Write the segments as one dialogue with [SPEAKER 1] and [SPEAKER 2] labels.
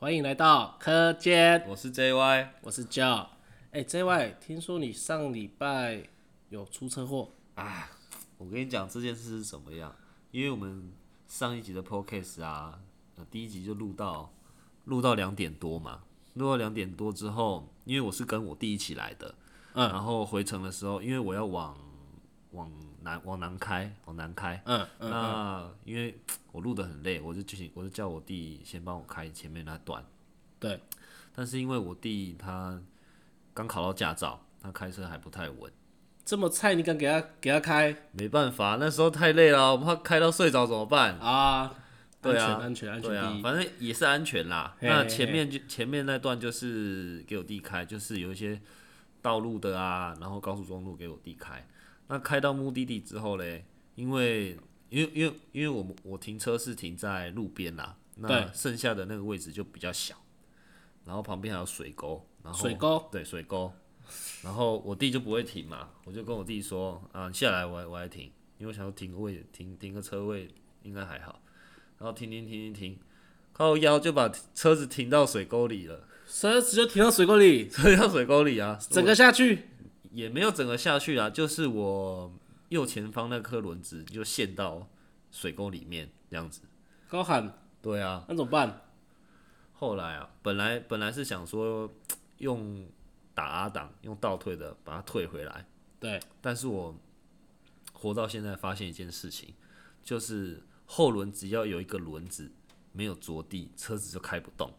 [SPEAKER 1] 欢迎来到课间，
[SPEAKER 2] 我是 JY，
[SPEAKER 1] 我是 Joe。哎、j y 听说你上礼拜有出车祸，
[SPEAKER 2] 啊，我跟你讲这件事是怎么样，因为我们上一集的 Podcast 啊，呃第一集就录到录到两点多嘛，录到两点多之后，因为我是跟我弟一起来的，
[SPEAKER 1] 嗯
[SPEAKER 2] 然后回程的时候，因为我要往往南往南开，往南开，
[SPEAKER 1] 嗯嗯，
[SPEAKER 2] 那因为我录的很累，我就请我就叫我弟先帮我开前面那段，
[SPEAKER 1] 对，
[SPEAKER 2] 但是因为我弟他刚考到驾照，他开车还不太稳。
[SPEAKER 1] 这么菜你敢给他给他开
[SPEAKER 2] 没办法，那时候太累了，我怕开到睡着怎么办？
[SPEAKER 1] 啊？
[SPEAKER 2] 对啊，
[SPEAKER 1] 安全安全安
[SPEAKER 2] 对
[SPEAKER 1] 全
[SPEAKER 2] 啊
[SPEAKER 1] 第一，，
[SPEAKER 2] 反正也是安全啦。
[SPEAKER 1] 嘿
[SPEAKER 2] 那
[SPEAKER 1] 嘿
[SPEAKER 2] 前
[SPEAKER 1] 嘿
[SPEAKER 2] 面就前面那段就是给我弟开，就是有一些道路的啊，然后高速公路给我弟开。那开到目的地之后嘞，因为因为因为因为我们我停车是停在路边啦，
[SPEAKER 1] 对
[SPEAKER 2] 那剩下的那个位置就比较小，然后旁边还有水沟，然后
[SPEAKER 1] 水沟
[SPEAKER 2] 哦对水沟，然后我弟就不会停嘛，我就跟我弟说啊，你下来我还我还停，因为我想要停个位停停个车位应该还好，然后停停停停停，靠腰就把车子停到水沟里了，
[SPEAKER 1] 车子就停到水沟里，
[SPEAKER 2] 车到水沟里啊，
[SPEAKER 1] 整个下去，
[SPEAKER 2] 我也没有整个下去啊，就是我右前方那颗轮子就陷到水沟里面这样子，
[SPEAKER 1] 高喊
[SPEAKER 2] 对啊，
[SPEAKER 1] 那怎么办？
[SPEAKER 2] 后来啊，本来本来是想说用打 R 档用倒退的把它退回来。
[SPEAKER 1] 对，
[SPEAKER 2] 但是我活到现在发现一件事情，就是后轮只要有一个轮子没有着地，车子就开不动。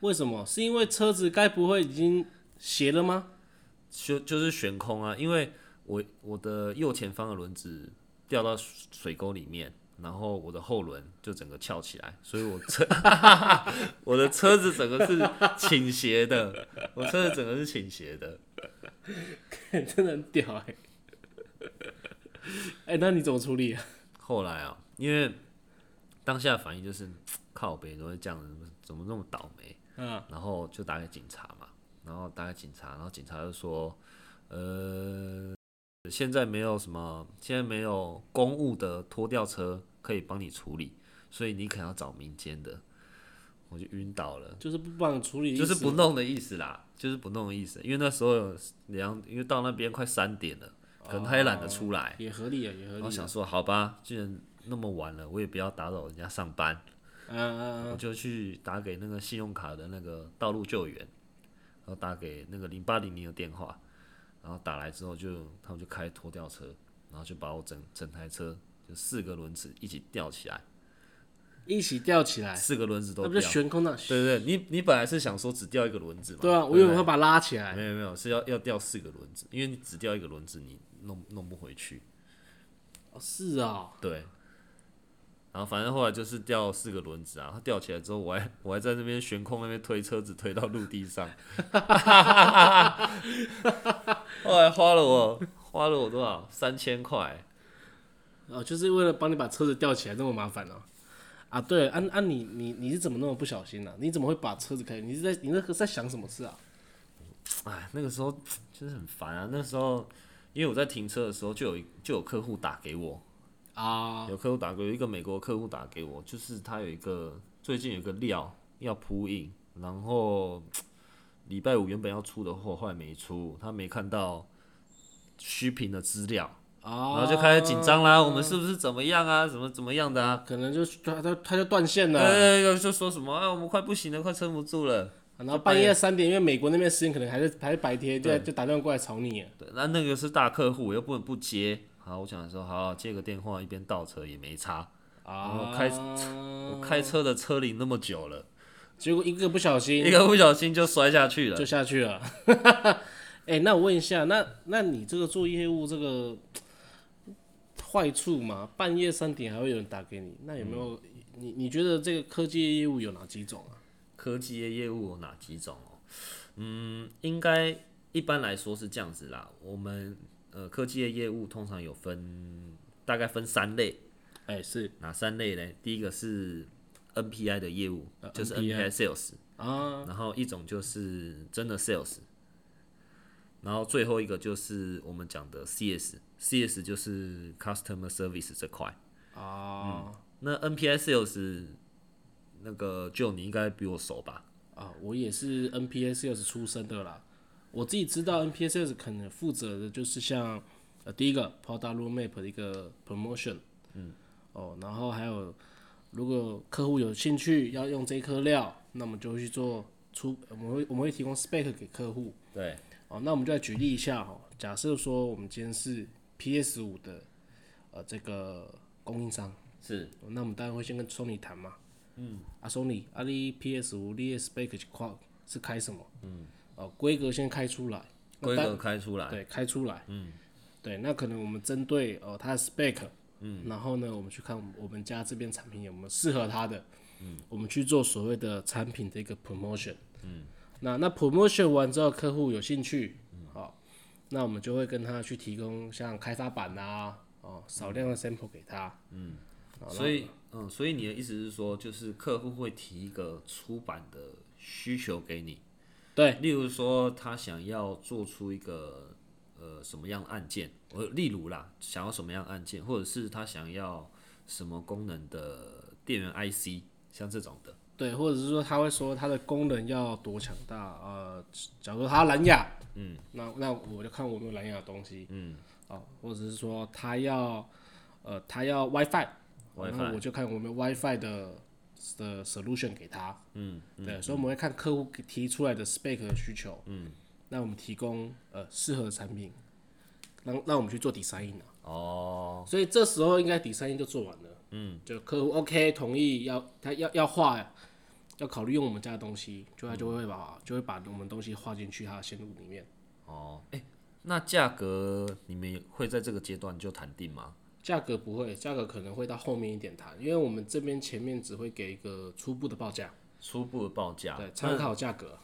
[SPEAKER 1] 为什么？是因为车子该不会已经斜了吗？
[SPEAKER 2] 就就是悬空啊，因为我我的右前方的轮子掉到水水沟里面，然后我的后轮就整个翘起来，所以我车 我的车子整个是倾斜的，我车子整个是倾斜的。
[SPEAKER 1] 真的很屌哎、 哎、那你怎么处理、啊？
[SPEAKER 2] 后来啊，因为当下的反应就是靠北，怎么会这样子，怎么那么倒霉？
[SPEAKER 1] 嗯，
[SPEAKER 2] 然后就打给警察嘛，然后打给警察，然后警察就说，呃，现在没有什么，现在没有公务的拖吊车可以帮你处理，所以你可能要找民间的。我就晕倒了，
[SPEAKER 1] 就是不帮你处理的意
[SPEAKER 2] 就
[SPEAKER 1] 思，
[SPEAKER 2] 是不弄的意思啦，就是不弄的意思，因为那时候有两，因为到那边快三点了，可能他也懒得出来，
[SPEAKER 1] 也合理啊，也合
[SPEAKER 2] 然
[SPEAKER 1] 理
[SPEAKER 2] 后
[SPEAKER 1] 啊。
[SPEAKER 2] 想说，好吧，既然那么晚了，我也不要打扰人家上班，
[SPEAKER 1] 嗯嗯
[SPEAKER 2] 我
[SPEAKER 1] 嗯，
[SPEAKER 2] 就去打给那个信用卡的那个道路救援，然后打给那个零八零零的电话，然后打来之后就他们就开拖吊车，然后就把我整整台车就四个轮子一起吊起来，
[SPEAKER 1] 一起吊起来，
[SPEAKER 2] 四个轮子
[SPEAKER 1] 哎那
[SPEAKER 2] 都
[SPEAKER 1] 不就
[SPEAKER 2] 吊。
[SPEAKER 1] 悬空的？
[SPEAKER 2] 对对对，你你本来是想说只吊一个轮子嘛？
[SPEAKER 1] 对啊，
[SPEAKER 2] 不
[SPEAKER 1] 我以为会把它拉起来。
[SPEAKER 2] 没有没有是要要吊四个轮子，因为你只吊一个轮子你弄弄不回去。
[SPEAKER 1] 哦是啊，
[SPEAKER 2] 对。然后反正后来就是掉四个轮子啊，它吊起来之后，我还 我还在那边悬空那边推车子推到陆地上， 后来花了我花了我多少三千块，
[SPEAKER 1] 哦，就是为了帮你把车子吊起来，那么麻烦哦。啊，对，按、按、你你你是怎么那么不小心呢、啊你怎么会把车子开？你是在你那个在想什么事啊？
[SPEAKER 2] 哎，那个时候就是很烦啊。那时候因为我在停车的时候就有一就有客户打给我，
[SPEAKER 1] 啊，
[SPEAKER 2] 有客户打给我，有一个美国客户打给我，就是他有一个最近有一个料要铺印，然后礼拜五原本要出的货后来没出，他没看到虚评的资料，然
[SPEAKER 1] 啊，
[SPEAKER 2] 后就开始紧张啦，我们是不是怎么样啊，怎么怎么样的啊？
[SPEAKER 1] 可能就他他他就断线了、
[SPEAKER 2] 呃，就说什么啊，我们快不行了，快撑不住了。
[SPEAKER 1] 啊然后半夜三点，因为美国那边时间可能还是还是白天，就就打电话过来吵你了。啊
[SPEAKER 2] 对，那那个是大客户，我又不能不接。好，我想说，好接个电话，一边倒车也没差。
[SPEAKER 1] 啊，
[SPEAKER 2] 哦我开我开车的车龄那么久了，
[SPEAKER 1] 结果一个不小心
[SPEAKER 2] 一个不小心就摔下去了
[SPEAKER 1] 就。下去了。 哎、那我问一下，那那你这个做业务这个坏处嘛，半夜三点还会有人打给你，那有没有？你你觉得这个科技业务有哪几种啊？
[SPEAKER 2] 科技的业务有哪几种哦？嗯，应该一般来说是这样子啦。我们呃，科技的业务通常有分，大概分三类，
[SPEAKER 1] 哎、是
[SPEAKER 2] 哪三类呢？第一个是 NPI 的业务，
[SPEAKER 1] 呃
[SPEAKER 2] 就是
[SPEAKER 1] NPI
[SPEAKER 2] NPI sales，
[SPEAKER 1] 啊，
[SPEAKER 2] 然后一种就是真的 sales，然后最后一个就是我们讲的 CS，CS 就是 customer service 这块。
[SPEAKER 1] 啊，
[SPEAKER 2] 那 NPI sales 那个就你应该比我熟吧？
[SPEAKER 1] 啊，我也是 NPSS 出身的啦。我自己知道 NPSS 可能负责的就是像呃第一个 Product Roadmap 的一个 promotion，嗯，哦，然后还有如果客户有兴趣要用这一颗料，那我们就会去做出，我们会我们会提供 spec 给客户。
[SPEAKER 2] 对，
[SPEAKER 1] 哦，那我们就来举例一下哈、假设说我们今天是 PS 五的呃这个供应商。
[SPEAKER 2] 是
[SPEAKER 1] 那我们当然会先跟 Sony 谈嘛。嗯。啊，Sony，啊你 PS 五、你的 spec 是框是开什么？嗯。哦，规格先开出来。那
[SPEAKER 2] 规
[SPEAKER 1] 当
[SPEAKER 2] 格开出来，
[SPEAKER 1] 对，开出来。嗯。对，那可能我们针对哦它的 spec，嗯，然后呢，我们去看我们家这边产品有没有适合它的，嗯，我们去做所谓的产品的一个 promotion，嗯，那那 promotion 完之后，客户有兴趣，好、那我们就会跟他去提供像开发版啊，哦，少量的 sample 给他，
[SPEAKER 2] 所以嗯，所以你的意思是说，就是客户会提一个出版的需求给你，
[SPEAKER 1] 对，
[SPEAKER 2] 例如说他想要做出一个呃什么样的按键，我例如啦，想要什么样的按键，或者是他想要什么功能的电源 IC，像这种的，
[SPEAKER 1] 对，或者是说他会说它的功能要多强大，呃，假如说它蓝牙，嗯，那那我就看我有没有蓝牙的东西，嗯，哦，或者是说它要，呃，它要 WiFi，哦
[SPEAKER 2] WiFi
[SPEAKER 1] 那我就看我有没有 WiFi 的的 solution 给他，嗯，对，所以我们会看客户提出来的 spec 的需求，嗯，那我们提供呃适合的产品，让让我们去做 design 啊，
[SPEAKER 2] 哦，
[SPEAKER 1] 所以这时候应该 design 就做完了，嗯，就客户 OK 同意要他要要画，要考虑用我们家的东西，就他就会把、就会把我们东西画进去他的线路里面。
[SPEAKER 2] 哦，哎、那价格你们会在这个阶段就谈定吗？
[SPEAKER 1] 价格不会，价格可能会到后面一点谈，因为我们这边前面只会给一个初步的报价，
[SPEAKER 2] 初步的报价，
[SPEAKER 1] 对，参考价格。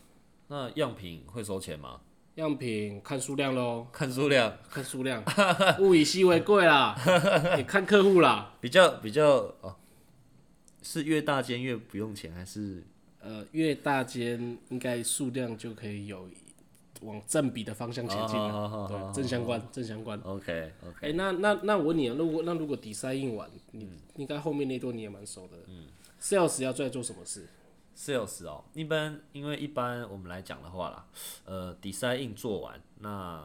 [SPEAKER 2] 那样品会收钱吗？
[SPEAKER 1] 样品看数量 喽，
[SPEAKER 2] 看数量
[SPEAKER 1] 看数量，物以稀为贵 啦，也看客户啦。
[SPEAKER 2] 比较比较哦，是越大间越不用钱，还是
[SPEAKER 1] 呃，越大间应该数量就可以有往正比的方向前进
[SPEAKER 2] 哦好好
[SPEAKER 1] 了，
[SPEAKER 2] 好好
[SPEAKER 1] 对，正相关，正相关。
[SPEAKER 2] OK
[SPEAKER 1] 哎、
[SPEAKER 2] OK？嗯
[SPEAKER 1] 那那那我问你啊，如果那如果 design 完，你、应该后面那段你也蛮熟的。嗯，sales 要在做什么事？
[SPEAKER 2] sales 哦，一般因为一般我们来讲的话啦，呃，design 做完，那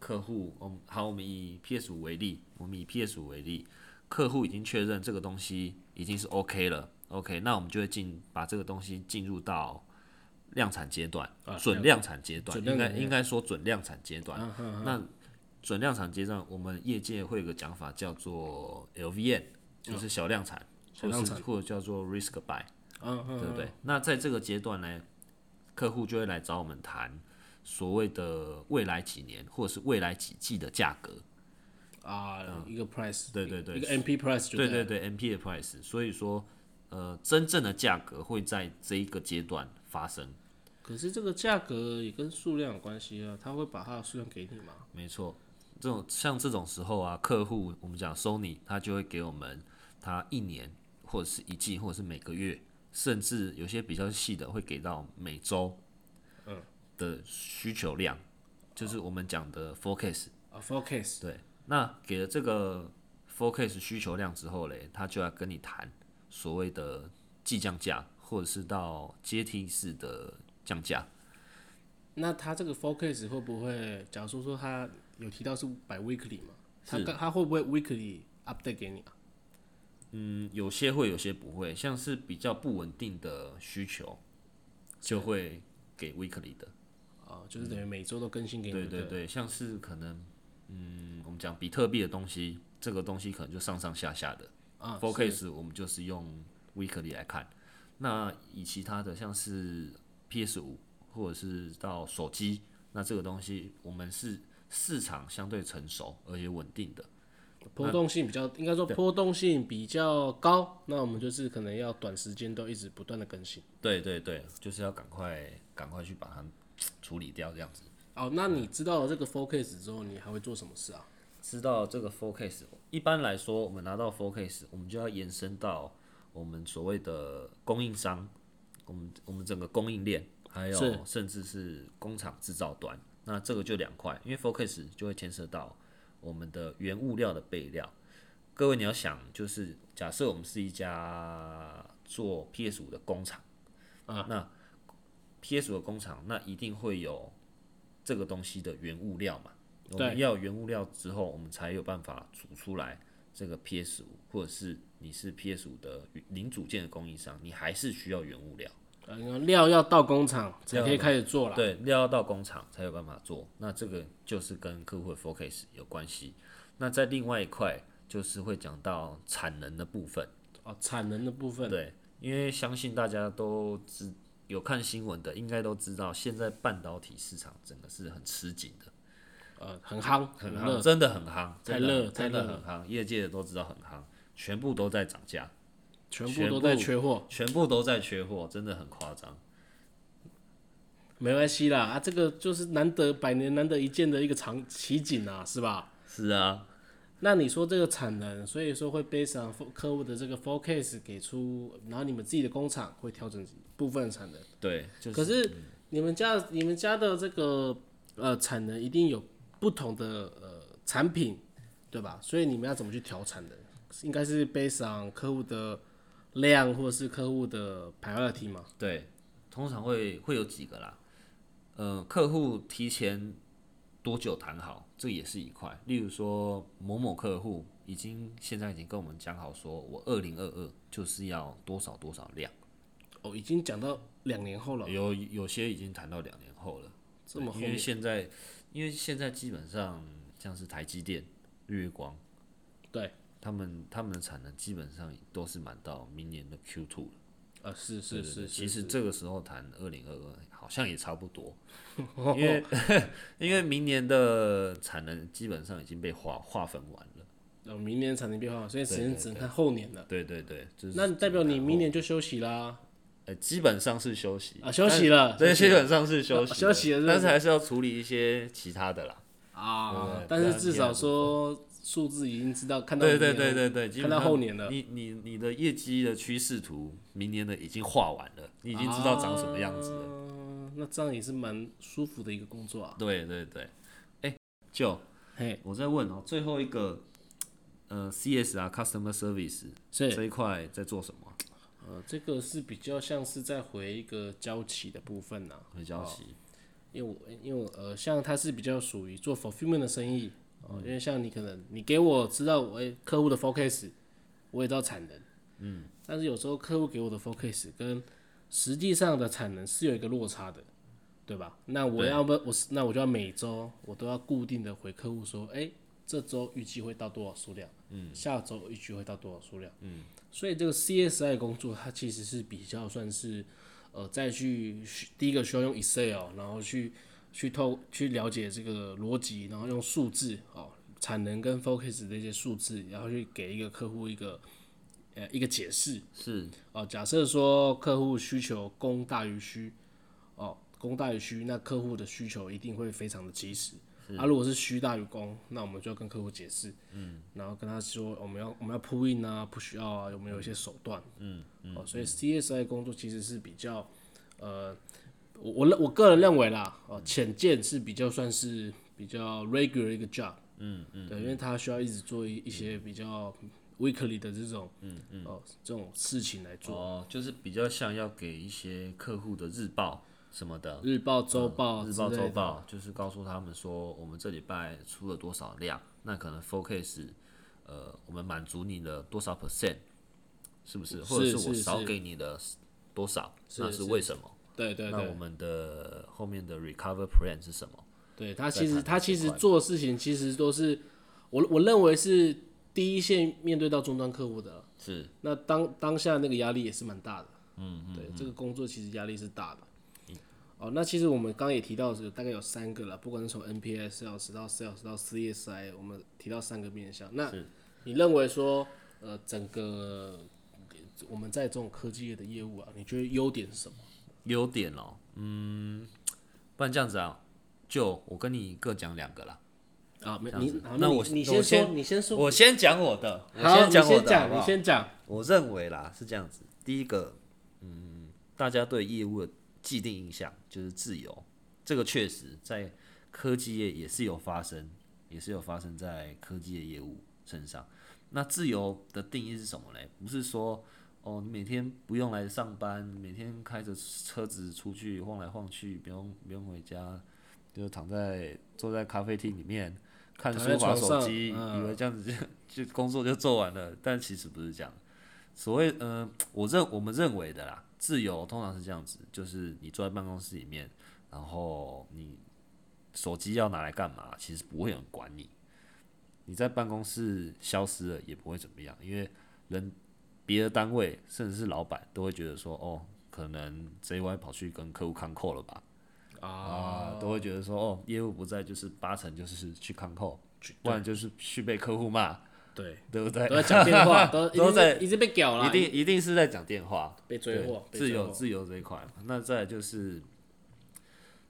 [SPEAKER 2] 客户，我们好，我们以 PS 五为例，我们以 PS 五为例，客户已经确认这个东西已经是 OK 了，OK，那我们就会进把这个东西进入到量产阶段，
[SPEAKER 1] 啊
[SPEAKER 2] 准量产阶段，
[SPEAKER 1] 准
[SPEAKER 2] 应
[SPEAKER 1] 量
[SPEAKER 2] 该
[SPEAKER 1] 产阶段啊
[SPEAKER 2] 应该说准量产阶段。那准量产阶段，我们业界会有个讲法叫做 LVN，就是小量产，
[SPEAKER 1] 啊小
[SPEAKER 2] 或
[SPEAKER 1] 量
[SPEAKER 2] 是或者叫做 risk buy。
[SPEAKER 1] 嗯嗯，
[SPEAKER 2] 对不对？那在这个阶段呢，客户就会来找我们谈所谓的未来几年或者是未来几季的价格，
[SPEAKER 1] 啊、一个 price，
[SPEAKER 2] 嗯对对对
[SPEAKER 1] 一个 MP price 就
[SPEAKER 2] 对
[SPEAKER 1] 对
[SPEAKER 2] 对对，MP 的 price。所以说，呃，真正的价格会在这一个阶段发生，
[SPEAKER 1] 了。可是这个价格也跟数量有关系啊，他会把他的数量给你吗？
[SPEAKER 2] 没错。这种像这种时候啊，客户我们讲 Sony，他就会给我们他一年或者是一季或者是每个月，甚至有些比较细的会给到每周，
[SPEAKER 1] 嗯
[SPEAKER 2] 的需求量，就是我们讲的 forecast。
[SPEAKER 1] 啊，focus
[SPEAKER 2] 对，那给了这个 forecast 需求量之后嘞，他就要跟你谈所谓的计降价，或者是到阶梯式的降价。
[SPEAKER 1] 那他这个 focus 会不会，假如说他有提到是百 weekly 嘛，他
[SPEAKER 2] 是
[SPEAKER 1] 跟他会不会 weekly update 给你啊？
[SPEAKER 2] 嗯，有些会，有些不会，像是比较不稳定的需求，就会给 weekly 的。
[SPEAKER 1] 啊，就是等于每周都更新给你。
[SPEAKER 2] 对对对，像是可能，嗯，我们讲比特币的东西，这个东西可能就上上下下的。
[SPEAKER 1] 啊
[SPEAKER 2] Focus 我们就是用 Weekly 来看。那以其他的像是 PS 五或者是到手机，那这个东西我们是市场相对成熟而且稳定的。
[SPEAKER 1] 波动性比较，应该说波动性比较高，那我们就是可能要短时间都一直不断的更新。
[SPEAKER 2] 对对对，就是要赶快赶快去把它处理掉这样子。
[SPEAKER 1] 哦，那你知道了这个 focus 之后，你还会做什么事啊？
[SPEAKER 2] 知道这个 forecast，一般来说，我们拿到 forecast，我们就要延伸到我们所谓的供应商，我们我们整个供应链，还
[SPEAKER 1] 是
[SPEAKER 2] 有甚至是工厂制造端。那这个就两块，因为 forecast 就会牵涉到我们的原物料的备料。各位你要想，就是假设我们是一家做 PS 五的工厂
[SPEAKER 1] 啊，
[SPEAKER 2] 那 PS 五的工厂那一定会有这个东西的原物料嘛，我们
[SPEAKER 1] 对
[SPEAKER 2] 要有原物料之后，我们才有办法组出来这个 PS 五，或者是你是 PS 五的零组件的供应商，你还是需要原物料。
[SPEAKER 1] 呃你看料要到工厂才可以
[SPEAKER 2] 料要到
[SPEAKER 1] 开始做了。
[SPEAKER 2] 对，料要到工厂才有办法做。那这个就是跟客户的 focus 有关系。那在另外一块，就是会讲到产能的部分。
[SPEAKER 1] 哦，产能的部分，
[SPEAKER 2] 对，因为相信大家都知有看新闻的，应该都知道，现在半导体市场整个是很吃紧的，
[SPEAKER 1] 呃，很夯，
[SPEAKER 2] 很
[SPEAKER 1] 热
[SPEAKER 2] 夯，，真的很夯，
[SPEAKER 1] 太
[SPEAKER 2] 真的
[SPEAKER 1] 热
[SPEAKER 2] 很
[SPEAKER 1] 太
[SPEAKER 2] 真的
[SPEAKER 1] 热
[SPEAKER 2] 很夯，业界的都知道很夯，全部都在涨价，
[SPEAKER 1] 全
[SPEAKER 2] 全
[SPEAKER 1] 部都在
[SPEAKER 2] 部
[SPEAKER 1] 缺货。
[SPEAKER 2] 全部都在缺货，真的很夸张。
[SPEAKER 1] 没关系啦，啊，这个就是难得百年难得一见的一个长奇景啊，是吧？
[SPEAKER 2] 是啊，
[SPEAKER 1] 那你说这个产能，所以说会 based on fo- 客户的这个 forecast 给出，然后你们自己的工厂会调整部分产能。
[SPEAKER 2] 对，就
[SPEAKER 1] 可是你们家你们家的这个呃产能一定有不同的呃产品，对吧？所以你们要怎么去调产能？应该是 based on 客户的量或者是客户的 priority 嘛？
[SPEAKER 2] 对，通常会会有几个啦，呃，客户提前多久谈好，这也是一块。例如说某某客户已经现在已经跟我们讲好说，我二零二二就是要多少多少量，
[SPEAKER 1] 哦，已经讲到两年后了，
[SPEAKER 2] 有有些已经谈到两年后了，
[SPEAKER 1] 这么后
[SPEAKER 2] 因为
[SPEAKER 1] 面
[SPEAKER 2] 现在因为现在基本上像是台积电、日月光，
[SPEAKER 1] 对，
[SPEAKER 2] 他们他们的产能基本上都是满到明年的 Q two 了。
[SPEAKER 1] 啊，是
[SPEAKER 2] 对
[SPEAKER 1] 是
[SPEAKER 2] 对
[SPEAKER 1] 是，
[SPEAKER 2] 对
[SPEAKER 1] 是
[SPEAKER 2] 其实这个时候谈二零二二好像也差不 多，因为 因为明年的产能基本上已经被划划分完了。
[SPEAKER 1] 呃，明年产能变化，所以
[SPEAKER 2] 对
[SPEAKER 1] 只能
[SPEAKER 2] 对
[SPEAKER 1] 只能看后年了。
[SPEAKER 2] 对对对，就是
[SPEAKER 1] 那代表你
[SPEAKER 2] 然后
[SPEAKER 1] 明年就休息啦，
[SPEAKER 2] 呃基本上是休息
[SPEAKER 1] 啊，休息了，
[SPEAKER 2] 对，
[SPEAKER 1] 休息
[SPEAKER 2] 基
[SPEAKER 1] 了
[SPEAKER 2] 本上是休息的，
[SPEAKER 1] 休息了是不是
[SPEAKER 2] 但是还是要处理一些其他的啦。
[SPEAKER 1] 啊
[SPEAKER 2] 对。
[SPEAKER 1] 但
[SPEAKER 2] 不
[SPEAKER 1] 是
[SPEAKER 2] 然
[SPEAKER 1] 至
[SPEAKER 2] 你
[SPEAKER 1] 少
[SPEAKER 2] 要
[SPEAKER 1] 说数字已经知道，看到
[SPEAKER 2] 对对
[SPEAKER 1] 明
[SPEAKER 2] 对
[SPEAKER 1] 年
[SPEAKER 2] 对对，基
[SPEAKER 1] 看
[SPEAKER 2] 本
[SPEAKER 1] 到
[SPEAKER 2] 上
[SPEAKER 1] 后年了。
[SPEAKER 2] 你你你的业绩的趋势图，明年的已经画完了，你已经知道长什么样子了。
[SPEAKER 1] 啊那这样也是蛮舒服的一个工作啊。
[SPEAKER 2] 对对对，哎、就
[SPEAKER 1] 嘿，
[SPEAKER 2] 我在问哦，最后一个，呃，CS 啊，Customer Service
[SPEAKER 1] 是
[SPEAKER 2] 这一块在做什么？
[SPEAKER 1] 呃，这个是比较像是在回一个交期的部分呐、啊，
[SPEAKER 2] 很消息，
[SPEAKER 1] 因为我因为我呃，像它是比较属于做 fulfillment 的生意哦、因为像你可能你给我知道我、诶客户的 focus，我也知道产能，嗯，但是有时候客户给我的 focus 跟实际上的产能是有一个落差的，对吧？那我要不我是那我就要每周我都要固定的回客户说，诶，这周预计会到多少数量，嗯，下周预计会到多少数量，嗯，所以这个 CSI 工作它其实是比较算是。呃，再去第一个需要用 Excel，然后去去透去了解这个逻辑，然后用数字哦，产能跟 focus 这些数字，然后去给一个客户一个呃一个解释
[SPEAKER 2] 是
[SPEAKER 1] 哦。假设说客户需求供大于需，哦，供大于需，那客户的需求一定会非常的及时。啊，如果是需大于供，那我们就要跟客户解释，嗯，然后跟他说我们要我们要 pull in 啊，push out 啊，有没有一些手段，嗯，哦，所以 CSI 工作其实是比较，呃，我我认我个人认为啦，哦，浅见是比较算是比较 regular 的一个 job，嗯嗯，对，因为他需要一直做一一些比较 weekly 的这种，嗯嗯，哦，这种事情来做，
[SPEAKER 2] 哦，就是比较像要给一些客户的日报什么的，
[SPEAKER 1] 哦日报、周报、
[SPEAKER 2] 日报、周，报，就是告诉他们说我们这礼拜出了多少量，那可能 focus，呃，我们满足你的多少 percent，是不是？或者
[SPEAKER 1] 是
[SPEAKER 2] 是我
[SPEAKER 1] 是
[SPEAKER 2] 少
[SPEAKER 1] 是
[SPEAKER 2] 给你的多少？
[SPEAKER 1] 是
[SPEAKER 2] 那是为什么？
[SPEAKER 1] 对对
[SPEAKER 2] 那我
[SPEAKER 1] 对，
[SPEAKER 2] 们的后面的 recover plan 是什么？
[SPEAKER 1] 对他其实
[SPEAKER 2] 在谈
[SPEAKER 1] 他
[SPEAKER 2] 这
[SPEAKER 1] 其
[SPEAKER 2] 一
[SPEAKER 1] 实
[SPEAKER 2] 块
[SPEAKER 1] 做事情其实都是我我认为是第一线面对到终端客户的，
[SPEAKER 2] 是
[SPEAKER 1] 那当当下那个压力也是蛮大的。嗯嗯，对，这个工作其实压力是大的。
[SPEAKER 2] 嗯
[SPEAKER 1] 哦，那其实我们刚刚也提到是大概有三个了，不管是从 NPS、sales 到 sales 到 CSI，我们提到三个面向。那你认为说，呃，整个呃我们在这种科技业的业务啊，你觉得优点是什么？
[SPEAKER 2] 优点哦，嗯，不然这样子啊，就我跟你各讲两个啦。
[SPEAKER 1] 啊，没
[SPEAKER 2] 这样
[SPEAKER 1] 你
[SPEAKER 2] 子，
[SPEAKER 1] 好
[SPEAKER 2] 那
[SPEAKER 1] 你
[SPEAKER 2] 我
[SPEAKER 1] 你
[SPEAKER 2] 那
[SPEAKER 1] 先说，
[SPEAKER 2] 我先
[SPEAKER 1] 你先说。
[SPEAKER 2] 我先讲我的，我
[SPEAKER 1] 好，
[SPEAKER 2] 先
[SPEAKER 1] 你
[SPEAKER 2] 讲我
[SPEAKER 1] 先
[SPEAKER 2] 的好
[SPEAKER 1] 讲，
[SPEAKER 2] 不
[SPEAKER 1] 你
[SPEAKER 2] 好，
[SPEAKER 1] 先讲。
[SPEAKER 2] 我认为啦是这样子，第一个，嗯，大家对业务的既定印象就是自由，这个确实在科技业也是有发生，也是有发生在科技的业务身上。那自由的定义是什么嘞？不是说哦，哦，你每天不用来上班，每天开着车子出去晃来晃去，不用不用回家，就躺在坐在咖啡厅里面看
[SPEAKER 1] 躺
[SPEAKER 2] 书
[SPEAKER 1] 在
[SPEAKER 2] 划
[SPEAKER 1] 床
[SPEAKER 2] 手
[SPEAKER 1] 上
[SPEAKER 2] 机，以
[SPEAKER 1] 嗯
[SPEAKER 2] 为这样子就 就工作就做完了，但其实不是这样。所谓嗯、呃我认我们认为的啦，自由通常是这样子，就是你坐在办公室里面，然后你手机要拿来干嘛，其实不会有人管你。你在办公室消失了也不会怎么样，因为人别的单位甚至是老板都会觉得说，哦，可能 JY 跑去跟客户康扣了吧，啊，都会觉得说，哦，业务不在就是八成就是去康扣，不然就是去被客户骂，
[SPEAKER 1] 对，
[SPEAKER 2] 对不对？
[SPEAKER 1] 都在讲电 话，都
[SPEAKER 2] 哎都在
[SPEAKER 1] 已经被屌了，
[SPEAKER 2] 一定一定是在讲电话，
[SPEAKER 1] 被追货，
[SPEAKER 2] 对
[SPEAKER 1] 被
[SPEAKER 2] 自
[SPEAKER 1] 追
[SPEAKER 2] 由
[SPEAKER 1] 货
[SPEAKER 2] 自由这一块，那再来就是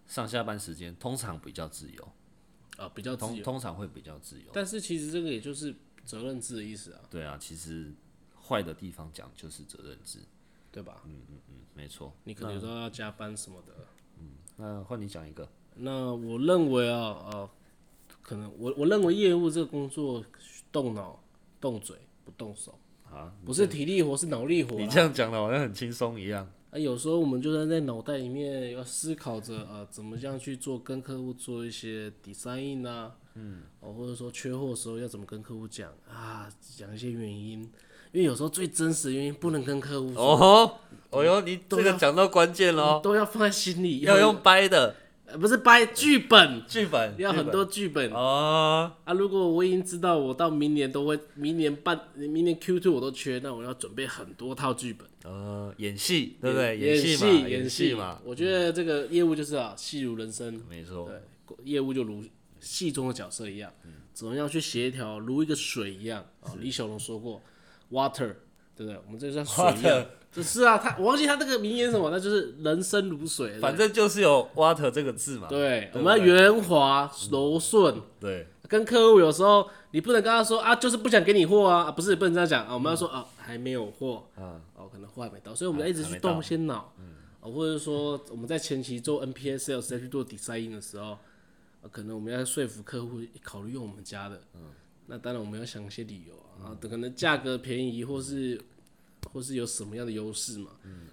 [SPEAKER 2] 上下班时间通常比较自由，
[SPEAKER 1] 啊，比较自
[SPEAKER 2] 通
[SPEAKER 1] 由。
[SPEAKER 2] 通常会比较自由。
[SPEAKER 1] 但是其实这个也就是责任制的意思啊，
[SPEAKER 2] 对啊，其实坏的地方讲就是责任制，
[SPEAKER 1] 对吧？
[SPEAKER 2] 嗯，没错。
[SPEAKER 1] 你可能有时候要加班什么的。
[SPEAKER 2] 那换你讲一个，
[SPEAKER 1] 那我认为啊，呃，可能我我认为业务这个工作动脑、动嘴不动手啊，不是体力活是脑力活啊
[SPEAKER 2] 你
[SPEAKER 1] 啦。
[SPEAKER 2] 这样讲的好像很轻松一样。
[SPEAKER 1] 啊，有时候我们就算在脑袋里面要思考着啊，怎么样去做跟客户做一些 design 啊，嗯，哦，或者说缺货的时候要怎么跟客户讲啊，讲一些原因，因为有时候最真实的原因不能跟客户说，
[SPEAKER 2] 哦吼，哦哟，你这
[SPEAKER 1] 对啊
[SPEAKER 2] 个讲到关键喽，
[SPEAKER 1] 都要放在心里，
[SPEAKER 2] 哦要用掰的
[SPEAKER 1] 呃不是掰剧本，
[SPEAKER 2] 剧本，
[SPEAKER 1] 要
[SPEAKER 2] 剧
[SPEAKER 1] 很
[SPEAKER 2] 本
[SPEAKER 1] 多剧本
[SPEAKER 2] 哦。
[SPEAKER 1] 啊。如果我已经知道我到明年都会，明年半，明年 Q two 我都缺，那我要准备很多套剧本，
[SPEAKER 2] 呃，演戏对不对？
[SPEAKER 1] 演
[SPEAKER 2] 戏嘛，演
[SPEAKER 1] 演
[SPEAKER 2] 戏嘛，
[SPEAKER 1] 我觉得这个业务就是啊，戏如人生。
[SPEAKER 2] 没错。
[SPEAKER 1] 对，业务就如戏中的角色一样，怎么样去协调，如一个水一样啊。李小龙说过，water，对不对？我们这就像水一样
[SPEAKER 2] Water，
[SPEAKER 1] 这是啊，他我忘记他这个名言是什么，那就是人生如水。
[SPEAKER 2] 反正就是有 water 这个字嘛。
[SPEAKER 1] 对，
[SPEAKER 2] 不
[SPEAKER 1] 我们要圆滑柔顺。
[SPEAKER 2] 对，
[SPEAKER 1] 跟客户有时候你不能跟他说啊，就是不想给你货啊，啊不是不能这样讲啊，我们要说啊还没有货，
[SPEAKER 2] 嗯
[SPEAKER 1] 哦可能货还没到，所以我们
[SPEAKER 2] 啊
[SPEAKER 1] 要一直
[SPEAKER 2] 还
[SPEAKER 1] 去
[SPEAKER 2] 没到嗯
[SPEAKER 1] 动一些脑，哦或者说我们在前期做 NPS sales 再去做 design 的时候，啊可能我们要说服客户考虑用我们家的，
[SPEAKER 2] 嗯
[SPEAKER 1] 那当然我们要想一些理由啊，啊可能价格便宜或是或是有什么样的优势嘛，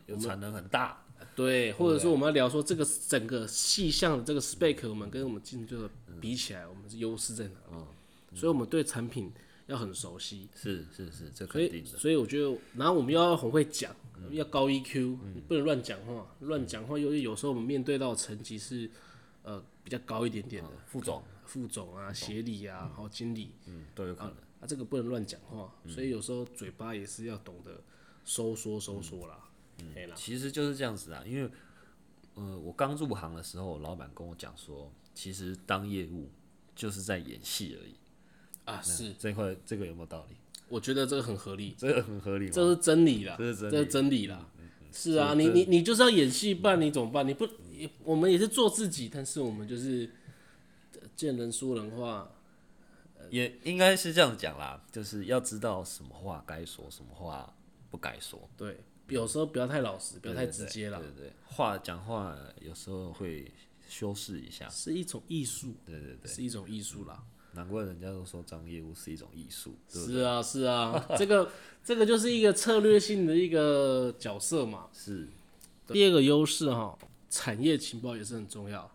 [SPEAKER 2] 有产能很大。
[SPEAKER 1] 对，或者说我们要聊说这个整个细项的这个 spec，我们跟我们竞争对手比起来，我们是优势在哪里？
[SPEAKER 2] 嗯
[SPEAKER 1] 所以我们对产品要很熟悉，
[SPEAKER 2] 是是是，这
[SPEAKER 1] 所
[SPEAKER 2] 肯
[SPEAKER 1] 以
[SPEAKER 2] 定的。嗯
[SPEAKER 1] 所以我觉得，然后我们又要很会讲，要高 EQ，你不能乱讲话，乱讲话又有时候我们面对到的层级是呃比较高一点点的
[SPEAKER 2] 嗯副总，
[SPEAKER 1] 副总啊、协理啊，然后经理
[SPEAKER 2] 嗯，都有可能。
[SPEAKER 1] 啊，这个不能乱讲话，所以有时候嘴巴也是要懂得收缩收缩啦，哎啦，
[SPEAKER 2] 其实就是这样子啊，因为，呃，我刚入行的时候，老板跟我讲说，其实当业务就是在演戏而已。嗯
[SPEAKER 1] 啊是，
[SPEAKER 2] 这块这个有没有道理？
[SPEAKER 1] 我觉得这个很合理。
[SPEAKER 2] 这个很合理吗？
[SPEAKER 1] 这是真理啦，
[SPEAKER 2] 这是真理嗯
[SPEAKER 1] 啦。是啊，你你你就是要演戏办，你怎么办？你不，也我们也是做自己，但是我们就是呃见人说人话，
[SPEAKER 2] 也应该是这样讲啦，就是要知道什么话该说，什么话不该说，
[SPEAKER 1] 对，有时候不要太老实，不要太直接啦
[SPEAKER 2] 对，对对，话讲话有时候会修饰一下。
[SPEAKER 1] 是一种艺术，
[SPEAKER 2] 对对对，
[SPEAKER 1] 是一种艺术啦。
[SPEAKER 2] 难怪人家都说当业务是一种艺术。对
[SPEAKER 1] 是啊，是啊，这个这个就是一个策略性的一个角色嘛。
[SPEAKER 2] 是，
[SPEAKER 1] 第二个优势哈，产业情报也是很重要，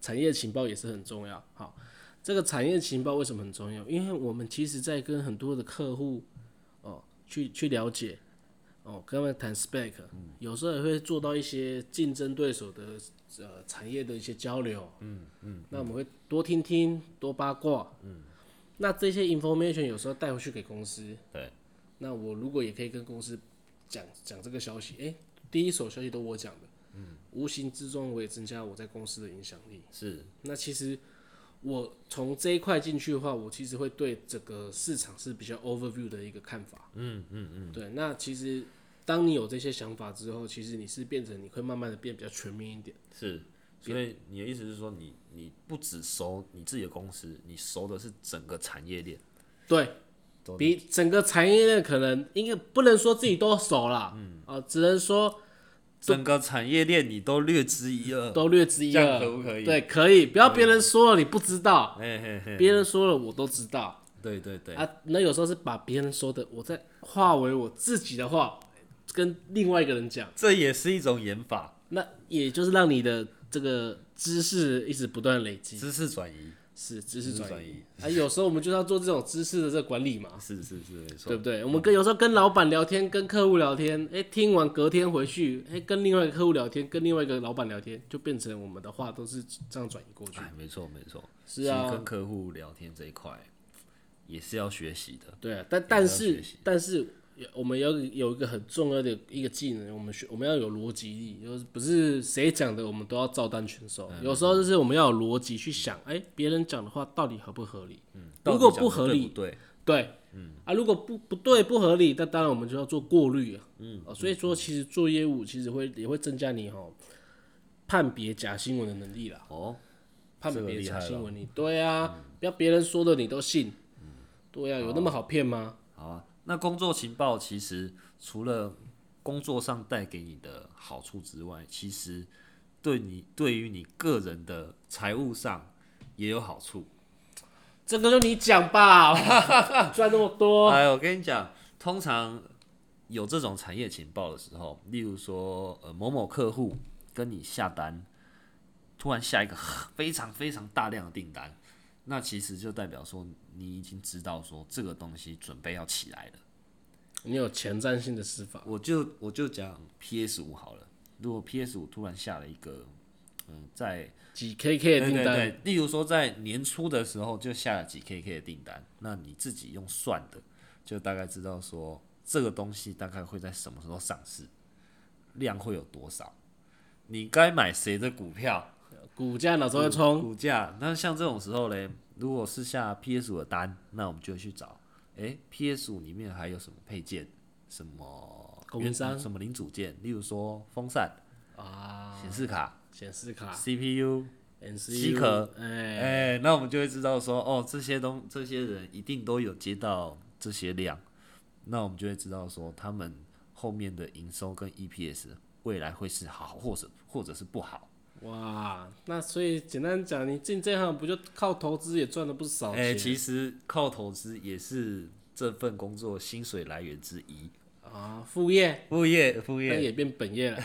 [SPEAKER 1] 产业情报也是很重要。好，这个产业情报为什么很重要？因为我们其实在跟很多的客户哦去去了解，哦跟他们谈 spec，、有时候也会做到一些竞争对手的呃产业的一些交流。嗯嗯，那我们会多听听，多八卦。嗯，那这些 information 有时候带回去给公司，
[SPEAKER 2] 对，
[SPEAKER 1] 那我如果也可以跟公司讲讲这个消息，诶，第一手消息都我讲的，嗯，无形之中我也增加我在公司的影响力。
[SPEAKER 2] 是
[SPEAKER 1] 那其实我从这一块进去的话，我其实会对整个市场是比较 overview 的一个看法。嗯嗯嗯，对。那其实当你有这些想法之后，其实你是变成你会慢慢的变比较全面一点。
[SPEAKER 2] 是，所以你的意思是说你，你不只熟你自己的公司，你熟的是整个产业链。
[SPEAKER 1] 对，比整个产业链可能应该不能说自己都熟啦，嗯，啊、只能说
[SPEAKER 2] 整个产业链你都略知一二，
[SPEAKER 1] 都略知一
[SPEAKER 2] 这
[SPEAKER 1] 二。
[SPEAKER 2] 样可不可以嗯
[SPEAKER 1] 对，可以，不要别人说了你不知道，
[SPEAKER 2] 嘿嘿嘿，
[SPEAKER 1] 别人说了我都知道
[SPEAKER 2] 对对对，
[SPEAKER 1] 啊啊。那有时候是把别人说的，我再化为我自己的话，跟另外一个人讲，
[SPEAKER 2] 这也是一种演法，
[SPEAKER 1] 那也就是让你的这个知识一直不断累积，
[SPEAKER 2] 知识转移。
[SPEAKER 1] 是知识
[SPEAKER 2] 知识
[SPEAKER 1] 转
[SPEAKER 2] 转
[SPEAKER 1] 移
[SPEAKER 2] 移。
[SPEAKER 1] 啊，有时候我们就是要做这种知识的这个管理嘛，
[SPEAKER 2] 是是是，没错
[SPEAKER 1] 对。不对？我们跟有时候跟老板聊天，跟客户聊天，哎，听完隔天回去，哎，跟另外一个客户聊天，跟另外一个老板聊天，就变成我们的话都是这样转移过去。
[SPEAKER 2] 哎，没错没错，
[SPEAKER 1] 是
[SPEAKER 2] 其实
[SPEAKER 1] 啊
[SPEAKER 2] 跟客户聊天这一块也是要学习的。
[SPEAKER 1] 对啊，但
[SPEAKER 2] 也
[SPEAKER 1] 但
[SPEAKER 2] 是要
[SPEAKER 1] 是
[SPEAKER 2] 学习
[SPEAKER 1] 但是我们要有一个很重要的一个技能，我们学我们要有逻辑力，就是不是谁讲的我们都要照单全收。
[SPEAKER 2] 嗯
[SPEAKER 1] 有时候就是我们要有逻辑去想，哎、别人讲的话到底合不合理？嗯如果
[SPEAKER 2] 嗯到底讲得
[SPEAKER 1] 合
[SPEAKER 2] 对
[SPEAKER 1] 理，
[SPEAKER 2] 对，
[SPEAKER 1] 对，嗯啊，如果不不对不合理，那当然我们就要做过滤啊，嗯、哦，所以说其实做业务其实会也会增加你哦判别假新闻的能力啦，
[SPEAKER 2] 哦，
[SPEAKER 1] 判
[SPEAKER 2] 这个
[SPEAKER 1] 别
[SPEAKER 2] 厉
[SPEAKER 1] 假
[SPEAKER 2] 害嗯
[SPEAKER 1] 新闻你对啊，不要别人说的你都信，对啊，有那么好骗吗？
[SPEAKER 2] 好啊。那工作情报其实除了工作上带给你的好处之外，其实对你对于你个人的财务上也有好处。
[SPEAKER 1] 这个就你讲吧， 赚那么多，
[SPEAKER 2] 哎，我跟你讲，通常有这种产业情报的时候，例如说呃某某客户跟你下单，突然下一个非常非常大量的订单，那其实就代表说你已经知道说这个东西准备要起来了。
[SPEAKER 1] 你有前瞻性的思法，
[SPEAKER 2] 我就我就讲 PS 五好了，如果 PS 五突然下了一个，嗯，在
[SPEAKER 1] 几 KK 的订
[SPEAKER 2] 对对
[SPEAKER 1] 单，
[SPEAKER 2] 对，例如说在年初的时候就下了几 KK 的订单，那你自己用算的，就大概知道说这个东西大概会在什么时候上市，量会有多少，你该买谁的股票，
[SPEAKER 1] 股价哪时候会冲？
[SPEAKER 2] 股价。那像这种时候嘞，如果是下 PS 五的单，那我们就会去找，诶 p s 五里面还有什么配件，什么
[SPEAKER 1] 供应商
[SPEAKER 2] 原什么零组件，例如说风扇、
[SPEAKER 1] 啊，
[SPEAKER 2] 显示卡、
[SPEAKER 1] 显示卡、
[SPEAKER 2] CPU。
[SPEAKER 1] NC
[SPEAKER 2] 机壳
[SPEAKER 1] 哎，
[SPEAKER 2] 哎、那我们就会知道说，哦，这些东这些人一定都有接到这些量，那我们就会知道说，他们后面的营收跟 EPS 未来会是好，或者或者是不好。
[SPEAKER 1] 哇，那所以简单讲，你进这行不就靠投资也赚了不少
[SPEAKER 2] 哎、
[SPEAKER 1] 钱？
[SPEAKER 2] 其实靠投资也是这份工作薪水来源之一。
[SPEAKER 1] 啊，副业，
[SPEAKER 2] 副业，副
[SPEAKER 1] 那
[SPEAKER 2] 业，
[SPEAKER 1] 也变本 业了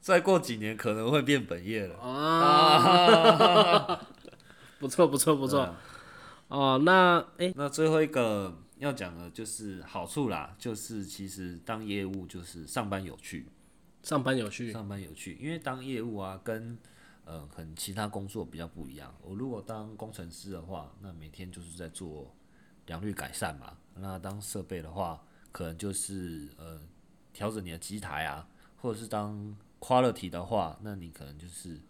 [SPEAKER 2] 再过几年可能会变本业了。
[SPEAKER 1] 啊， 不错不错不错。
[SPEAKER 2] 啊
[SPEAKER 1] 哦，那哎、
[SPEAKER 2] 那最后一个要讲的就是好处啦，就是其实当业务就是上班有趣。
[SPEAKER 1] 上班有趣，
[SPEAKER 2] 上班有趣，因为当业务啊，跟呃很其他工作比较不一样。我如果当工程师的话，那每天就是在做良率改善嘛。那当设备的话，可能就是呃调整你的机台啊，或者是当 quality 的话，那你可能就是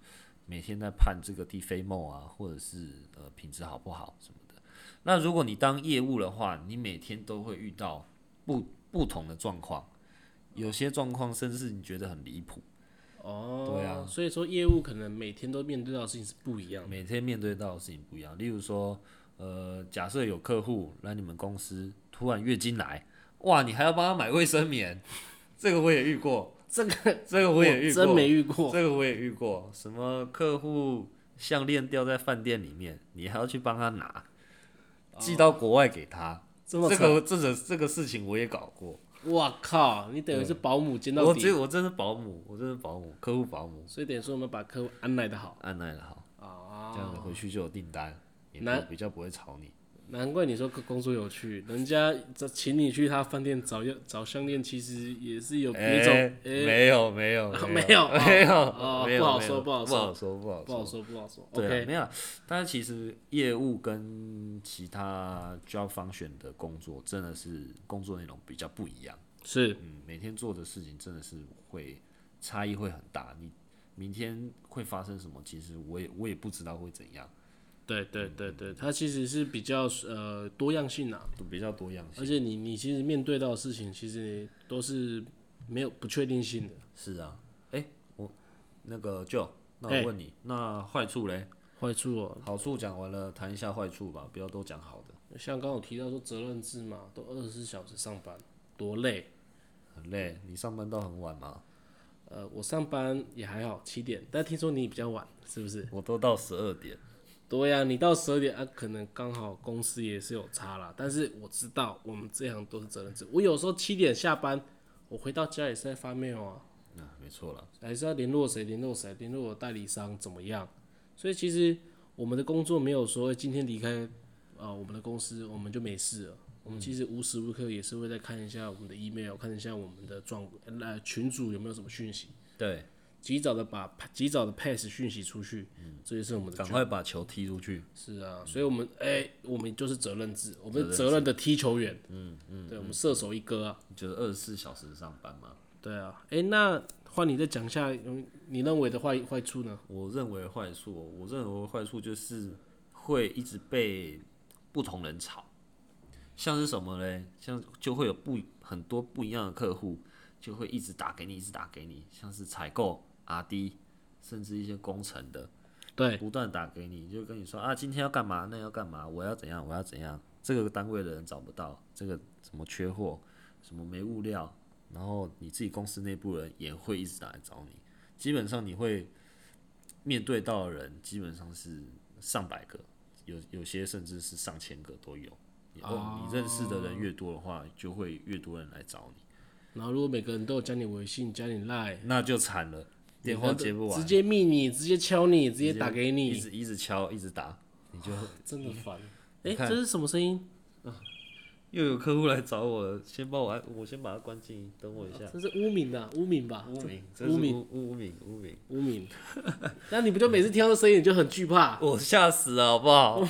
[SPEAKER 2] 每天在判这个地飞梦啊，或者是呃品质好不好什么的。那如果你当业务的话，你每天都会遇到不不同的状况，有些状况甚至你觉得很离谱。
[SPEAKER 1] 哦，
[SPEAKER 2] 对啊
[SPEAKER 1] 所以说业务可能每天都面对到的事情是不一样的。
[SPEAKER 2] 每天面对到的事情不一样。例如说，呃，假设有客户来你们公司突然月经来，哇，你还要帮他买卫生棉，这个我也遇过，
[SPEAKER 1] 这个
[SPEAKER 2] 这 个我也遇过，
[SPEAKER 1] 真没遇过，
[SPEAKER 2] 这个我也遇过。什么客户项链掉在饭店里面，你还要去帮他拿，寄到国外给他。
[SPEAKER 1] 哦这么
[SPEAKER 2] 这
[SPEAKER 1] 惨，
[SPEAKER 2] 个这个这个事情我也搞过，
[SPEAKER 1] 哇靠！你等于是保姆兼到
[SPEAKER 2] 我
[SPEAKER 1] 底
[SPEAKER 2] 这，我真是保姆，我真是保姆，客户保姆，
[SPEAKER 1] 所以等于说我们把客户安排的好
[SPEAKER 2] 按耐的好，
[SPEAKER 1] 啊
[SPEAKER 2] 这。样子回去就有订单，也
[SPEAKER 1] 那
[SPEAKER 2] 比较不会吵你。
[SPEAKER 1] 难怪你说工作有趣，人家这请你去他饭店找要找项链，其实也是有别种，
[SPEAKER 2] 哎
[SPEAKER 1] 诶
[SPEAKER 2] 没有没有
[SPEAKER 1] 没有哦
[SPEAKER 2] 没有
[SPEAKER 1] 哦
[SPEAKER 2] 没有
[SPEAKER 1] 不好
[SPEAKER 2] 没有
[SPEAKER 1] 说不
[SPEAKER 2] 不
[SPEAKER 1] 好说
[SPEAKER 2] 好说不好
[SPEAKER 1] 不好
[SPEAKER 2] 说。
[SPEAKER 1] 说不好说。
[SPEAKER 2] 对啊，
[SPEAKER 1] OK，
[SPEAKER 2] 没有。但是其实业务跟其他 job function 的工作真的是工作内容比较不一样。
[SPEAKER 1] 是
[SPEAKER 2] 嗯，每天做的事情真的是会差异会很大。你明天会发生什么，其实我也我也不知道会怎样，
[SPEAKER 1] 对对对对，它其实是比较呃多样性啊，
[SPEAKER 2] 都比较多样性。
[SPEAKER 1] 而且你你其实面对到的事情，其实都是没有不确定性的。
[SPEAKER 2] 是啊，哎，我那个 Joe，那
[SPEAKER 1] 哎
[SPEAKER 2] 我问你，那坏处嘞？
[SPEAKER 1] 坏处哦，
[SPEAKER 2] 好处讲完了，谈一下坏处吧，不要都讲好的。
[SPEAKER 1] 像刚刚有提到说责任制嘛，都二十四小时上班，多累。
[SPEAKER 2] 很累，你上班到很晚吗？
[SPEAKER 1] 呃，我上班也还好，七点，但听说你比较晚，是不是？
[SPEAKER 2] 我都到十二点。
[SPEAKER 1] 对呀、你到十二点啊，可能刚好公司也是有差啦。但是我知道我们这行都是责任制，我有时候七点下班，我回到家也是在发 mail 啊，
[SPEAKER 2] 啊，没错了，
[SPEAKER 1] 还是要联络谁联络谁，联络我代理商怎么样？所以其实我们的工作没有说欸今天离开啊、呃我们的公司我们就没事了。我们其实无时无刻也是会在看一下我们的 email，看一下我们的状呃群组有没有什么讯息，
[SPEAKER 2] 对，
[SPEAKER 1] 及早的把及早的 pass 讯息出去，
[SPEAKER 2] 嗯
[SPEAKER 1] 这也是我们的
[SPEAKER 2] 赶快把球踢出去，
[SPEAKER 1] 是啊，所以我们
[SPEAKER 2] 嗯
[SPEAKER 1] 哎、我们就是责任制，我们责任的踢球员，嗯嗯，对我们射手一哥啊，
[SPEAKER 2] 就是二十四小时上班嘛。
[SPEAKER 1] 对啊，哎、那换你再讲一下，嗯你认为的坏坏处呢？
[SPEAKER 2] 我认为坏处哦，我认为坏处就是会一直被不同人吵，像是什么嘞？像就会有不很多不一样的客户就会一直打给你，一直打给你，像是采购、R D，甚至一些工程的，
[SPEAKER 1] 对，
[SPEAKER 2] 不断打给你，就跟你说啊，今天要干嘛，那要干嘛，我要怎样，我要怎样，这个单位的人找不到，这个什么缺货，什么没物料，然后你自己公司内部人也会一直打来找你，基本上你会面对到的人基本上是上百个，有有些甚至是上千个都有。哦，你认识的人越多的话，就会越多人来找你，
[SPEAKER 1] 然后如果每个人都有加你微信、加你 Line，
[SPEAKER 2] 那就惨了，电话接不完，
[SPEAKER 1] 直接密你，直接敲你，直接打给
[SPEAKER 2] 一
[SPEAKER 1] 你，
[SPEAKER 2] 直一直敲，一直打，你就
[SPEAKER 1] 真的烦。哎、
[SPEAKER 2] 你看
[SPEAKER 1] 这是什么声音？
[SPEAKER 2] 又有客户来找我了，先帮我按，我先把它关静音，等我一下。
[SPEAKER 1] 这是污名的、污名吧？
[SPEAKER 2] 污名，
[SPEAKER 1] 啊这
[SPEAKER 2] 真是
[SPEAKER 1] 污名，
[SPEAKER 2] 污污名，污名，
[SPEAKER 1] 污名。 那你不就每次听到这声音你就很惧怕？
[SPEAKER 2] 我吓死了，好不 好？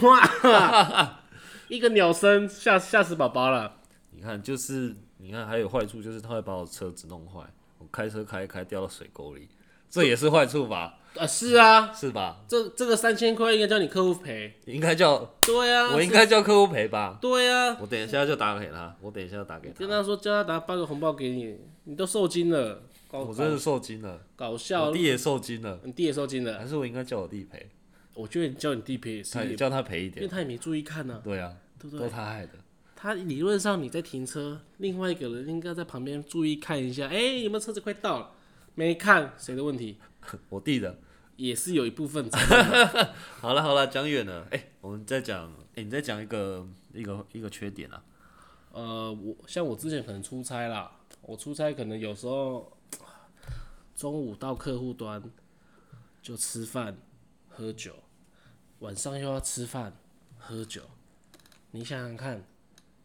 [SPEAKER 1] 一个鸟声吓吓死宝宝了。
[SPEAKER 2] 你看，就是你看，还有坏处就是他会把我车子弄坏，我开车开一开掉到水沟里，这也是坏处吧？
[SPEAKER 1] 啊，是啊，
[SPEAKER 2] 是吧？
[SPEAKER 1] 这这个三千块应该叫你客户赔。
[SPEAKER 2] 应该叫
[SPEAKER 1] 对啊，
[SPEAKER 2] 我应该叫客户赔吧？
[SPEAKER 1] 对啊，
[SPEAKER 2] 我等一下就打给他，我等一下就打给
[SPEAKER 1] 跟
[SPEAKER 2] 他。
[SPEAKER 1] 他说叫他打发个红包给你，你都受惊了，搞
[SPEAKER 2] 我真的受惊了，
[SPEAKER 1] 搞笑
[SPEAKER 2] 我，弟也受惊了，
[SPEAKER 1] 你弟也受惊了。
[SPEAKER 2] 还是我应该叫我弟赔？
[SPEAKER 1] 我觉得你叫你弟赔也是
[SPEAKER 2] 他，叫他赔一
[SPEAKER 1] 因为
[SPEAKER 2] 点。
[SPEAKER 1] 他也没注意看呢、
[SPEAKER 2] 对啊，
[SPEAKER 1] 对不对？
[SPEAKER 2] 都他害的。
[SPEAKER 1] 他理论上你在停车，另外一个人应该在旁边注意看一下，哎、有没有车子快到了？没看，谁的问题？
[SPEAKER 2] 我弟的，
[SPEAKER 1] 也是有一部分责任。
[SPEAKER 2] 好了好了，讲远了。哎、我们再讲，哎、你再讲一个一个一个缺点啊。
[SPEAKER 1] 呃，我像我之前可能出差啦，我出差可能有时候中午到客户端就吃饭喝酒，晚上又要吃饭喝酒，你想想看，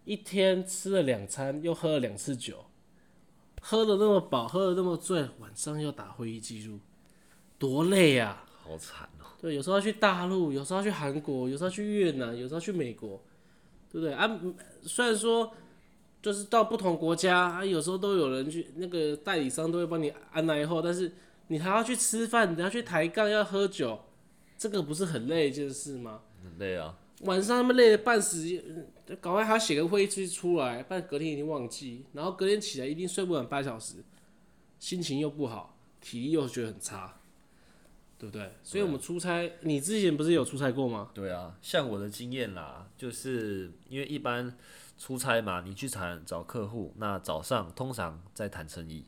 [SPEAKER 1] 一天吃了两餐，又喝了两次酒，喝的那么饱，喝的那么醉，晚上又打会议记录，多累啊呀、
[SPEAKER 2] 好惨哦、
[SPEAKER 1] 对，有时候要去大陆，有时候要去韩国，有时候要去越南，有时候要去美国，对不对啊？嗯虽然说就是到不同国家，啊，有时候都有人去那个代理商都会帮你安排后，但是你还要去吃饭，你要去抬杠，要喝酒，这个不是很累的一件事吗？
[SPEAKER 2] 很累啊。
[SPEAKER 1] 晚上他们累得半死，嗯搞完还要写个会议出出来，不然隔天一定忘记，然后隔天起来一定睡不满八小时，心情又不好，体力又觉得很差，对不对？所以我们出差，你之前不是有出差过吗？
[SPEAKER 2] 对啊，像我的经验啦，就是因为一般出差嘛，你去谈找客户，那早上通常在谈生意，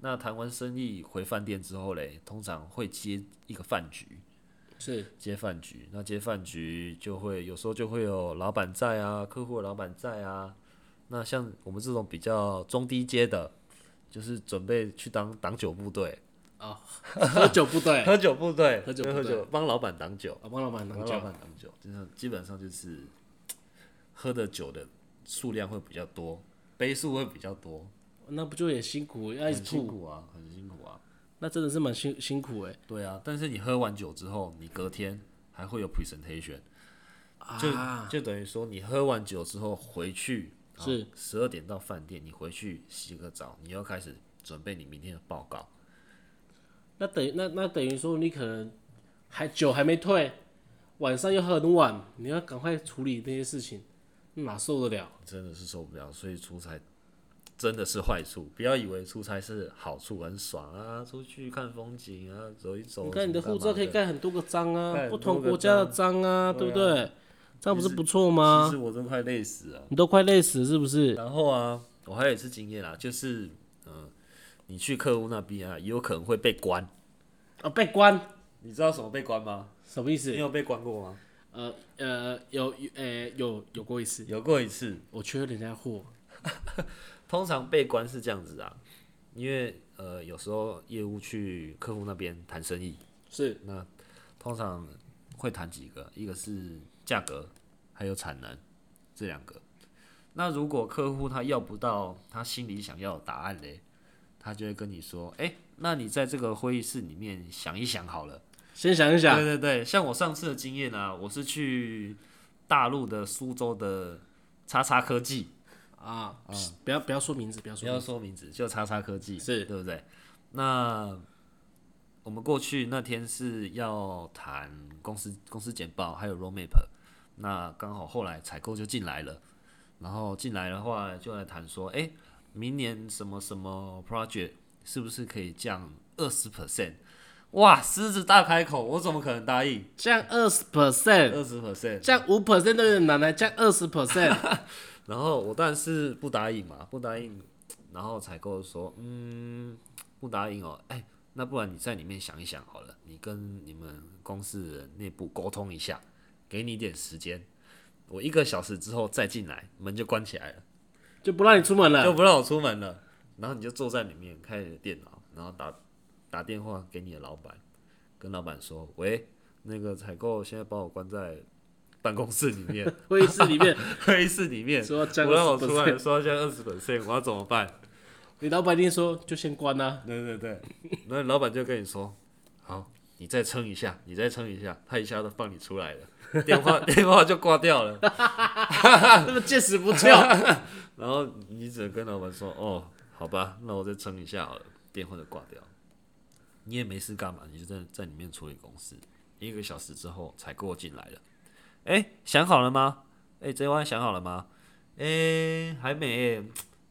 [SPEAKER 2] 那谈完生意回饭店之后嘞，通常会接一个饭局，
[SPEAKER 1] 是
[SPEAKER 2] 接饭局，那接饭局就会有时候就会有老板在啊，客户的老板在啊。那像我们这种比较中低阶的，就是准备去当挡酒部队，
[SPEAKER 1] 啊、喝酒不对，
[SPEAKER 2] 喝酒部队，
[SPEAKER 1] 哎喝酒
[SPEAKER 2] 对
[SPEAKER 1] 部
[SPEAKER 2] 喝
[SPEAKER 1] 队
[SPEAKER 2] 酒，帮老板挡酒，
[SPEAKER 1] 哦我帮老板拿
[SPEAKER 2] 帮
[SPEAKER 1] 酒
[SPEAKER 2] 老。板挡酒，真的基本上就是喝的酒的数量会比较多，杯数会比较多，
[SPEAKER 1] 那不就也辛苦，要一直
[SPEAKER 2] 很
[SPEAKER 1] 吐，
[SPEAKER 2] 辛苦啊，很辛苦啊。
[SPEAKER 1] 那真的是蛮辛辛苦哎、
[SPEAKER 2] 对啊，但是你喝完酒之后，你隔天还会有 presentation。就
[SPEAKER 1] 啊，
[SPEAKER 2] 就等于说，你喝完酒之后回去，啊
[SPEAKER 1] 是
[SPEAKER 2] 十二点到饭店，你回去洗个澡，你又开始准备你明天的报告。
[SPEAKER 1] 那等于那那等于说你可能还酒还没退，晚上又喝很晚，你要赶快处理那些事情，哪受得了？
[SPEAKER 2] 真的是受不了，所以出差真的是坏处。不要以为出差是好处，很爽啊，出去看风景啊，走一走。
[SPEAKER 1] 你看你的
[SPEAKER 2] 什么
[SPEAKER 1] 护
[SPEAKER 2] 干嘛
[SPEAKER 1] 照可以盖很多个章
[SPEAKER 2] 盖
[SPEAKER 1] 啊，
[SPEAKER 2] 很
[SPEAKER 1] 不
[SPEAKER 2] 多
[SPEAKER 1] 同国家的章啊，对
[SPEAKER 2] 个章
[SPEAKER 1] 不对？这样不是不错吗
[SPEAKER 2] 其？实我都快累死了。
[SPEAKER 1] 你都快累死了是不是？
[SPEAKER 2] 然后啊，我还有一次经验啦，就是嗯、呃你去客户那边啊，也有可能会被关。
[SPEAKER 1] 啊，被关
[SPEAKER 2] 你知道什么被关吗？
[SPEAKER 1] 什么意
[SPEAKER 2] 你
[SPEAKER 1] 思？
[SPEAKER 2] 有被关过吗？
[SPEAKER 1] 呃呃，有有呃有有过一次，
[SPEAKER 2] 有过一次，
[SPEAKER 1] 我缺人家货，
[SPEAKER 2] 通常被关是这样子啊，因为呃有时候业务去客户那边谈生意，
[SPEAKER 1] 是
[SPEAKER 2] 通常会谈几个，一个是价格，还有产能这两个。那如果客户他要不到他心里想要的答案嘞，他就会跟你说：“哎、那你在这个会议室里面想一想好了。”
[SPEAKER 1] 先想一想，
[SPEAKER 2] 对对对，像我上次的经验啊，我是去大陆的苏州的叉叉科技，
[SPEAKER 1] 啊，不要不要说名字，不要
[SPEAKER 2] 不
[SPEAKER 1] 说名
[SPEAKER 2] 要
[SPEAKER 1] 字，
[SPEAKER 2] 说名字，就叉叉科技，
[SPEAKER 1] 是
[SPEAKER 2] 对不对？那我们过去那天是要谈公司公司简报，还有 roadmap，那刚好后来采购就进来了，然后进来的话就来谈说，哎，明年什么什么 project 是不是可以降二十 percent？哇，狮子大开口，我怎么可能答应
[SPEAKER 1] 降二十 percent，
[SPEAKER 2] 二十 percent？
[SPEAKER 1] 降五 percent 都有点难来，降二十 percent，
[SPEAKER 2] 然后我当然是不答应嘛，不答应，然后采购说，嗯，不答应哦，哎，那不然你在里面想一想好了，你跟你们公司的内部沟通一下，给你一点时间，我一个小时之后再进来，门就关起来了，
[SPEAKER 1] 就不让你出门了。
[SPEAKER 2] 就不让我出门了，然后你就坐在里面开你的电脑，然后打打电话给你的老板，跟老板说，喂，那个采购现在把我关在办公室里面，
[SPEAKER 1] 会议室里面
[SPEAKER 2] 会议室里面。
[SPEAKER 1] 说降
[SPEAKER 2] 我让我
[SPEAKER 1] 二十
[SPEAKER 2] 出来
[SPEAKER 1] percent，
[SPEAKER 2] 说现在二十本 e 我要怎么办？
[SPEAKER 1] 你老板一定说就先关啦、啊。
[SPEAKER 2] 对对对，那老板就跟你说，好，你再撑一下，你再撑一下，他一下都放你出来了，电话 电话就挂掉了，啊
[SPEAKER 1] 那么见死不 救，
[SPEAKER 2] 然后你只能跟老板说，哦，好吧，那我再撑一下好了，电话就挂掉。你也没事干嘛，你就在在里面处理公事。一个小时之后，采购进来了，哎、想好了吗？哎、这 JY 想好了吗？哎、还没、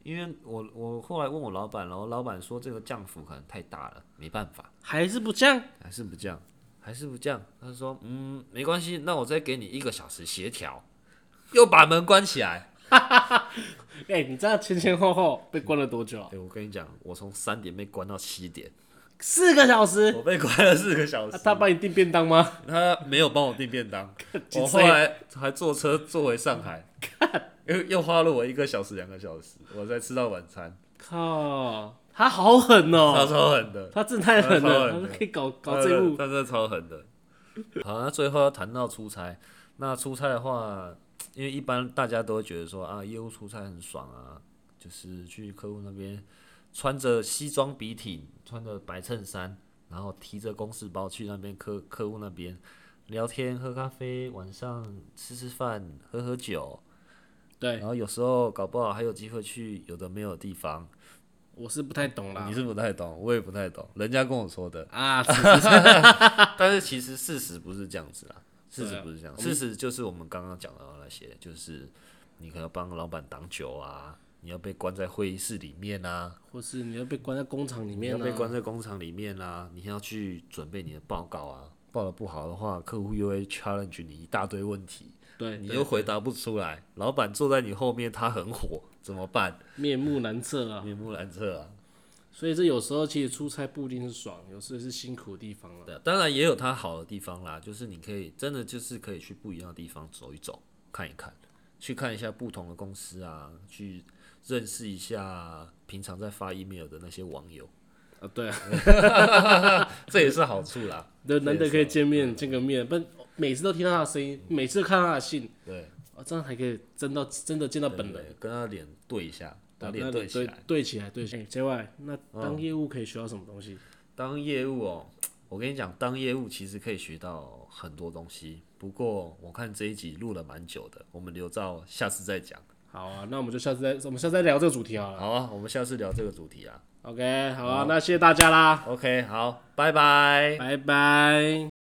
[SPEAKER 2] 因为我我后来问我老板，然后老板说这个降幅可能太大了，没办法。
[SPEAKER 1] 还是不降？
[SPEAKER 2] 还是不降，还是不降。他说，嗯，没关系，那我再给你一个小时协调，又把门关起来。
[SPEAKER 1] 哎、你知道前前后后被关了多久啊
[SPEAKER 2] 哎、？我跟你讲，我从三点被关到七点，
[SPEAKER 1] 四个小时。
[SPEAKER 2] 我被关了四个小
[SPEAKER 1] 啊
[SPEAKER 2] 时。
[SPEAKER 1] 他帮你订便当吗？
[SPEAKER 2] 他没有帮我订便当，我
[SPEAKER 1] 真
[SPEAKER 2] 后来还坐车坐回上海，又又花了我一个小时、两个小时，我才吃到晚餐，
[SPEAKER 1] 靠，他好狠
[SPEAKER 2] 超
[SPEAKER 1] 哦、
[SPEAKER 2] 超狠的。
[SPEAKER 1] 他真的太狠
[SPEAKER 2] 他超
[SPEAKER 1] 了，
[SPEAKER 2] 狠的
[SPEAKER 1] 他可以搞搞这一步。
[SPEAKER 2] 但是超狠的。好，那最后要谈到出差，那出差的话，因为一般大家都会觉得说啊，业务出差很爽啊，就是去客户那边穿着西装笔挺，穿着白衬衫，然后提着公事包去那边客客户那边聊天、喝咖啡，晚上吃吃饭、喝喝酒，
[SPEAKER 1] 对，
[SPEAKER 2] 然后有时候搞不好还有机会去有的没有的地方。
[SPEAKER 1] 我是不太懂啦
[SPEAKER 2] 你。是不太懂，我也不太懂，人家跟我说的。
[SPEAKER 1] 啊，
[SPEAKER 2] 但是其实事实不是这样子啦，
[SPEAKER 1] 对
[SPEAKER 2] 事
[SPEAKER 1] 啊
[SPEAKER 2] 实不是这样，事实就是我们刚刚讲到的那些，就是你可能帮老板挡酒啊，你要被关在会议室里面啊，
[SPEAKER 1] 或是你要被关在工厂里
[SPEAKER 2] 你
[SPEAKER 1] 面
[SPEAKER 2] 要被
[SPEAKER 1] 啊，
[SPEAKER 2] 关在工厂里面啊，你要去准备你的报告啊，报的不好的话，客户又会 challenge 你一大堆问题，
[SPEAKER 1] 对，
[SPEAKER 2] 你
[SPEAKER 1] 对
[SPEAKER 2] 又回答不出来，老板坐在你后面，他很火，怎么办？
[SPEAKER 1] 面目难测啊。
[SPEAKER 2] 面目难测啊。
[SPEAKER 1] 所以这有时候其实出差不一定是爽，有时候是辛苦的地方啊了。
[SPEAKER 2] 对，当然也有它好的地方啦，就是你可以真的就是可以去不一样的地方走一走，看一看，去看一下不同的公司啊，去认识一下平常在发 email 的那些网友，
[SPEAKER 1] 啊，对啊，
[SPEAKER 2] 这也是好 处啦。
[SPEAKER 1] 对，难得可以见面，见个面，不然每次都听到他的声音，每次都看到他的信，
[SPEAKER 2] 对，
[SPEAKER 1] 啊，这样还可以真到真的见到本人，
[SPEAKER 2] 人跟他脸对一下，把
[SPEAKER 1] 哦那
[SPEAKER 2] 脸对起
[SPEAKER 1] 对
[SPEAKER 2] 来。哎嗯
[SPEAKER 1] 对起来，对起来。J Y，那当业务可以学到什么东西？
[SPEAKER 2] 当业务哦，我跟你讲，当业务其实可以学到很多东西。不过我看这一集录了蛮久的，我们留到下次再讲。
[SPEAKER 1] 好啊，那我们就下次再，我们下次再聊这个主题好了。
[SPEAKER 2] 好啊，我们下次聊这个主题啊。
[SPEAKER 1] OK，好啊，那谢谢大家啦，
[SPEAKER 2] OK，好，拜拜。
[SPEAKER 1] 拜拜。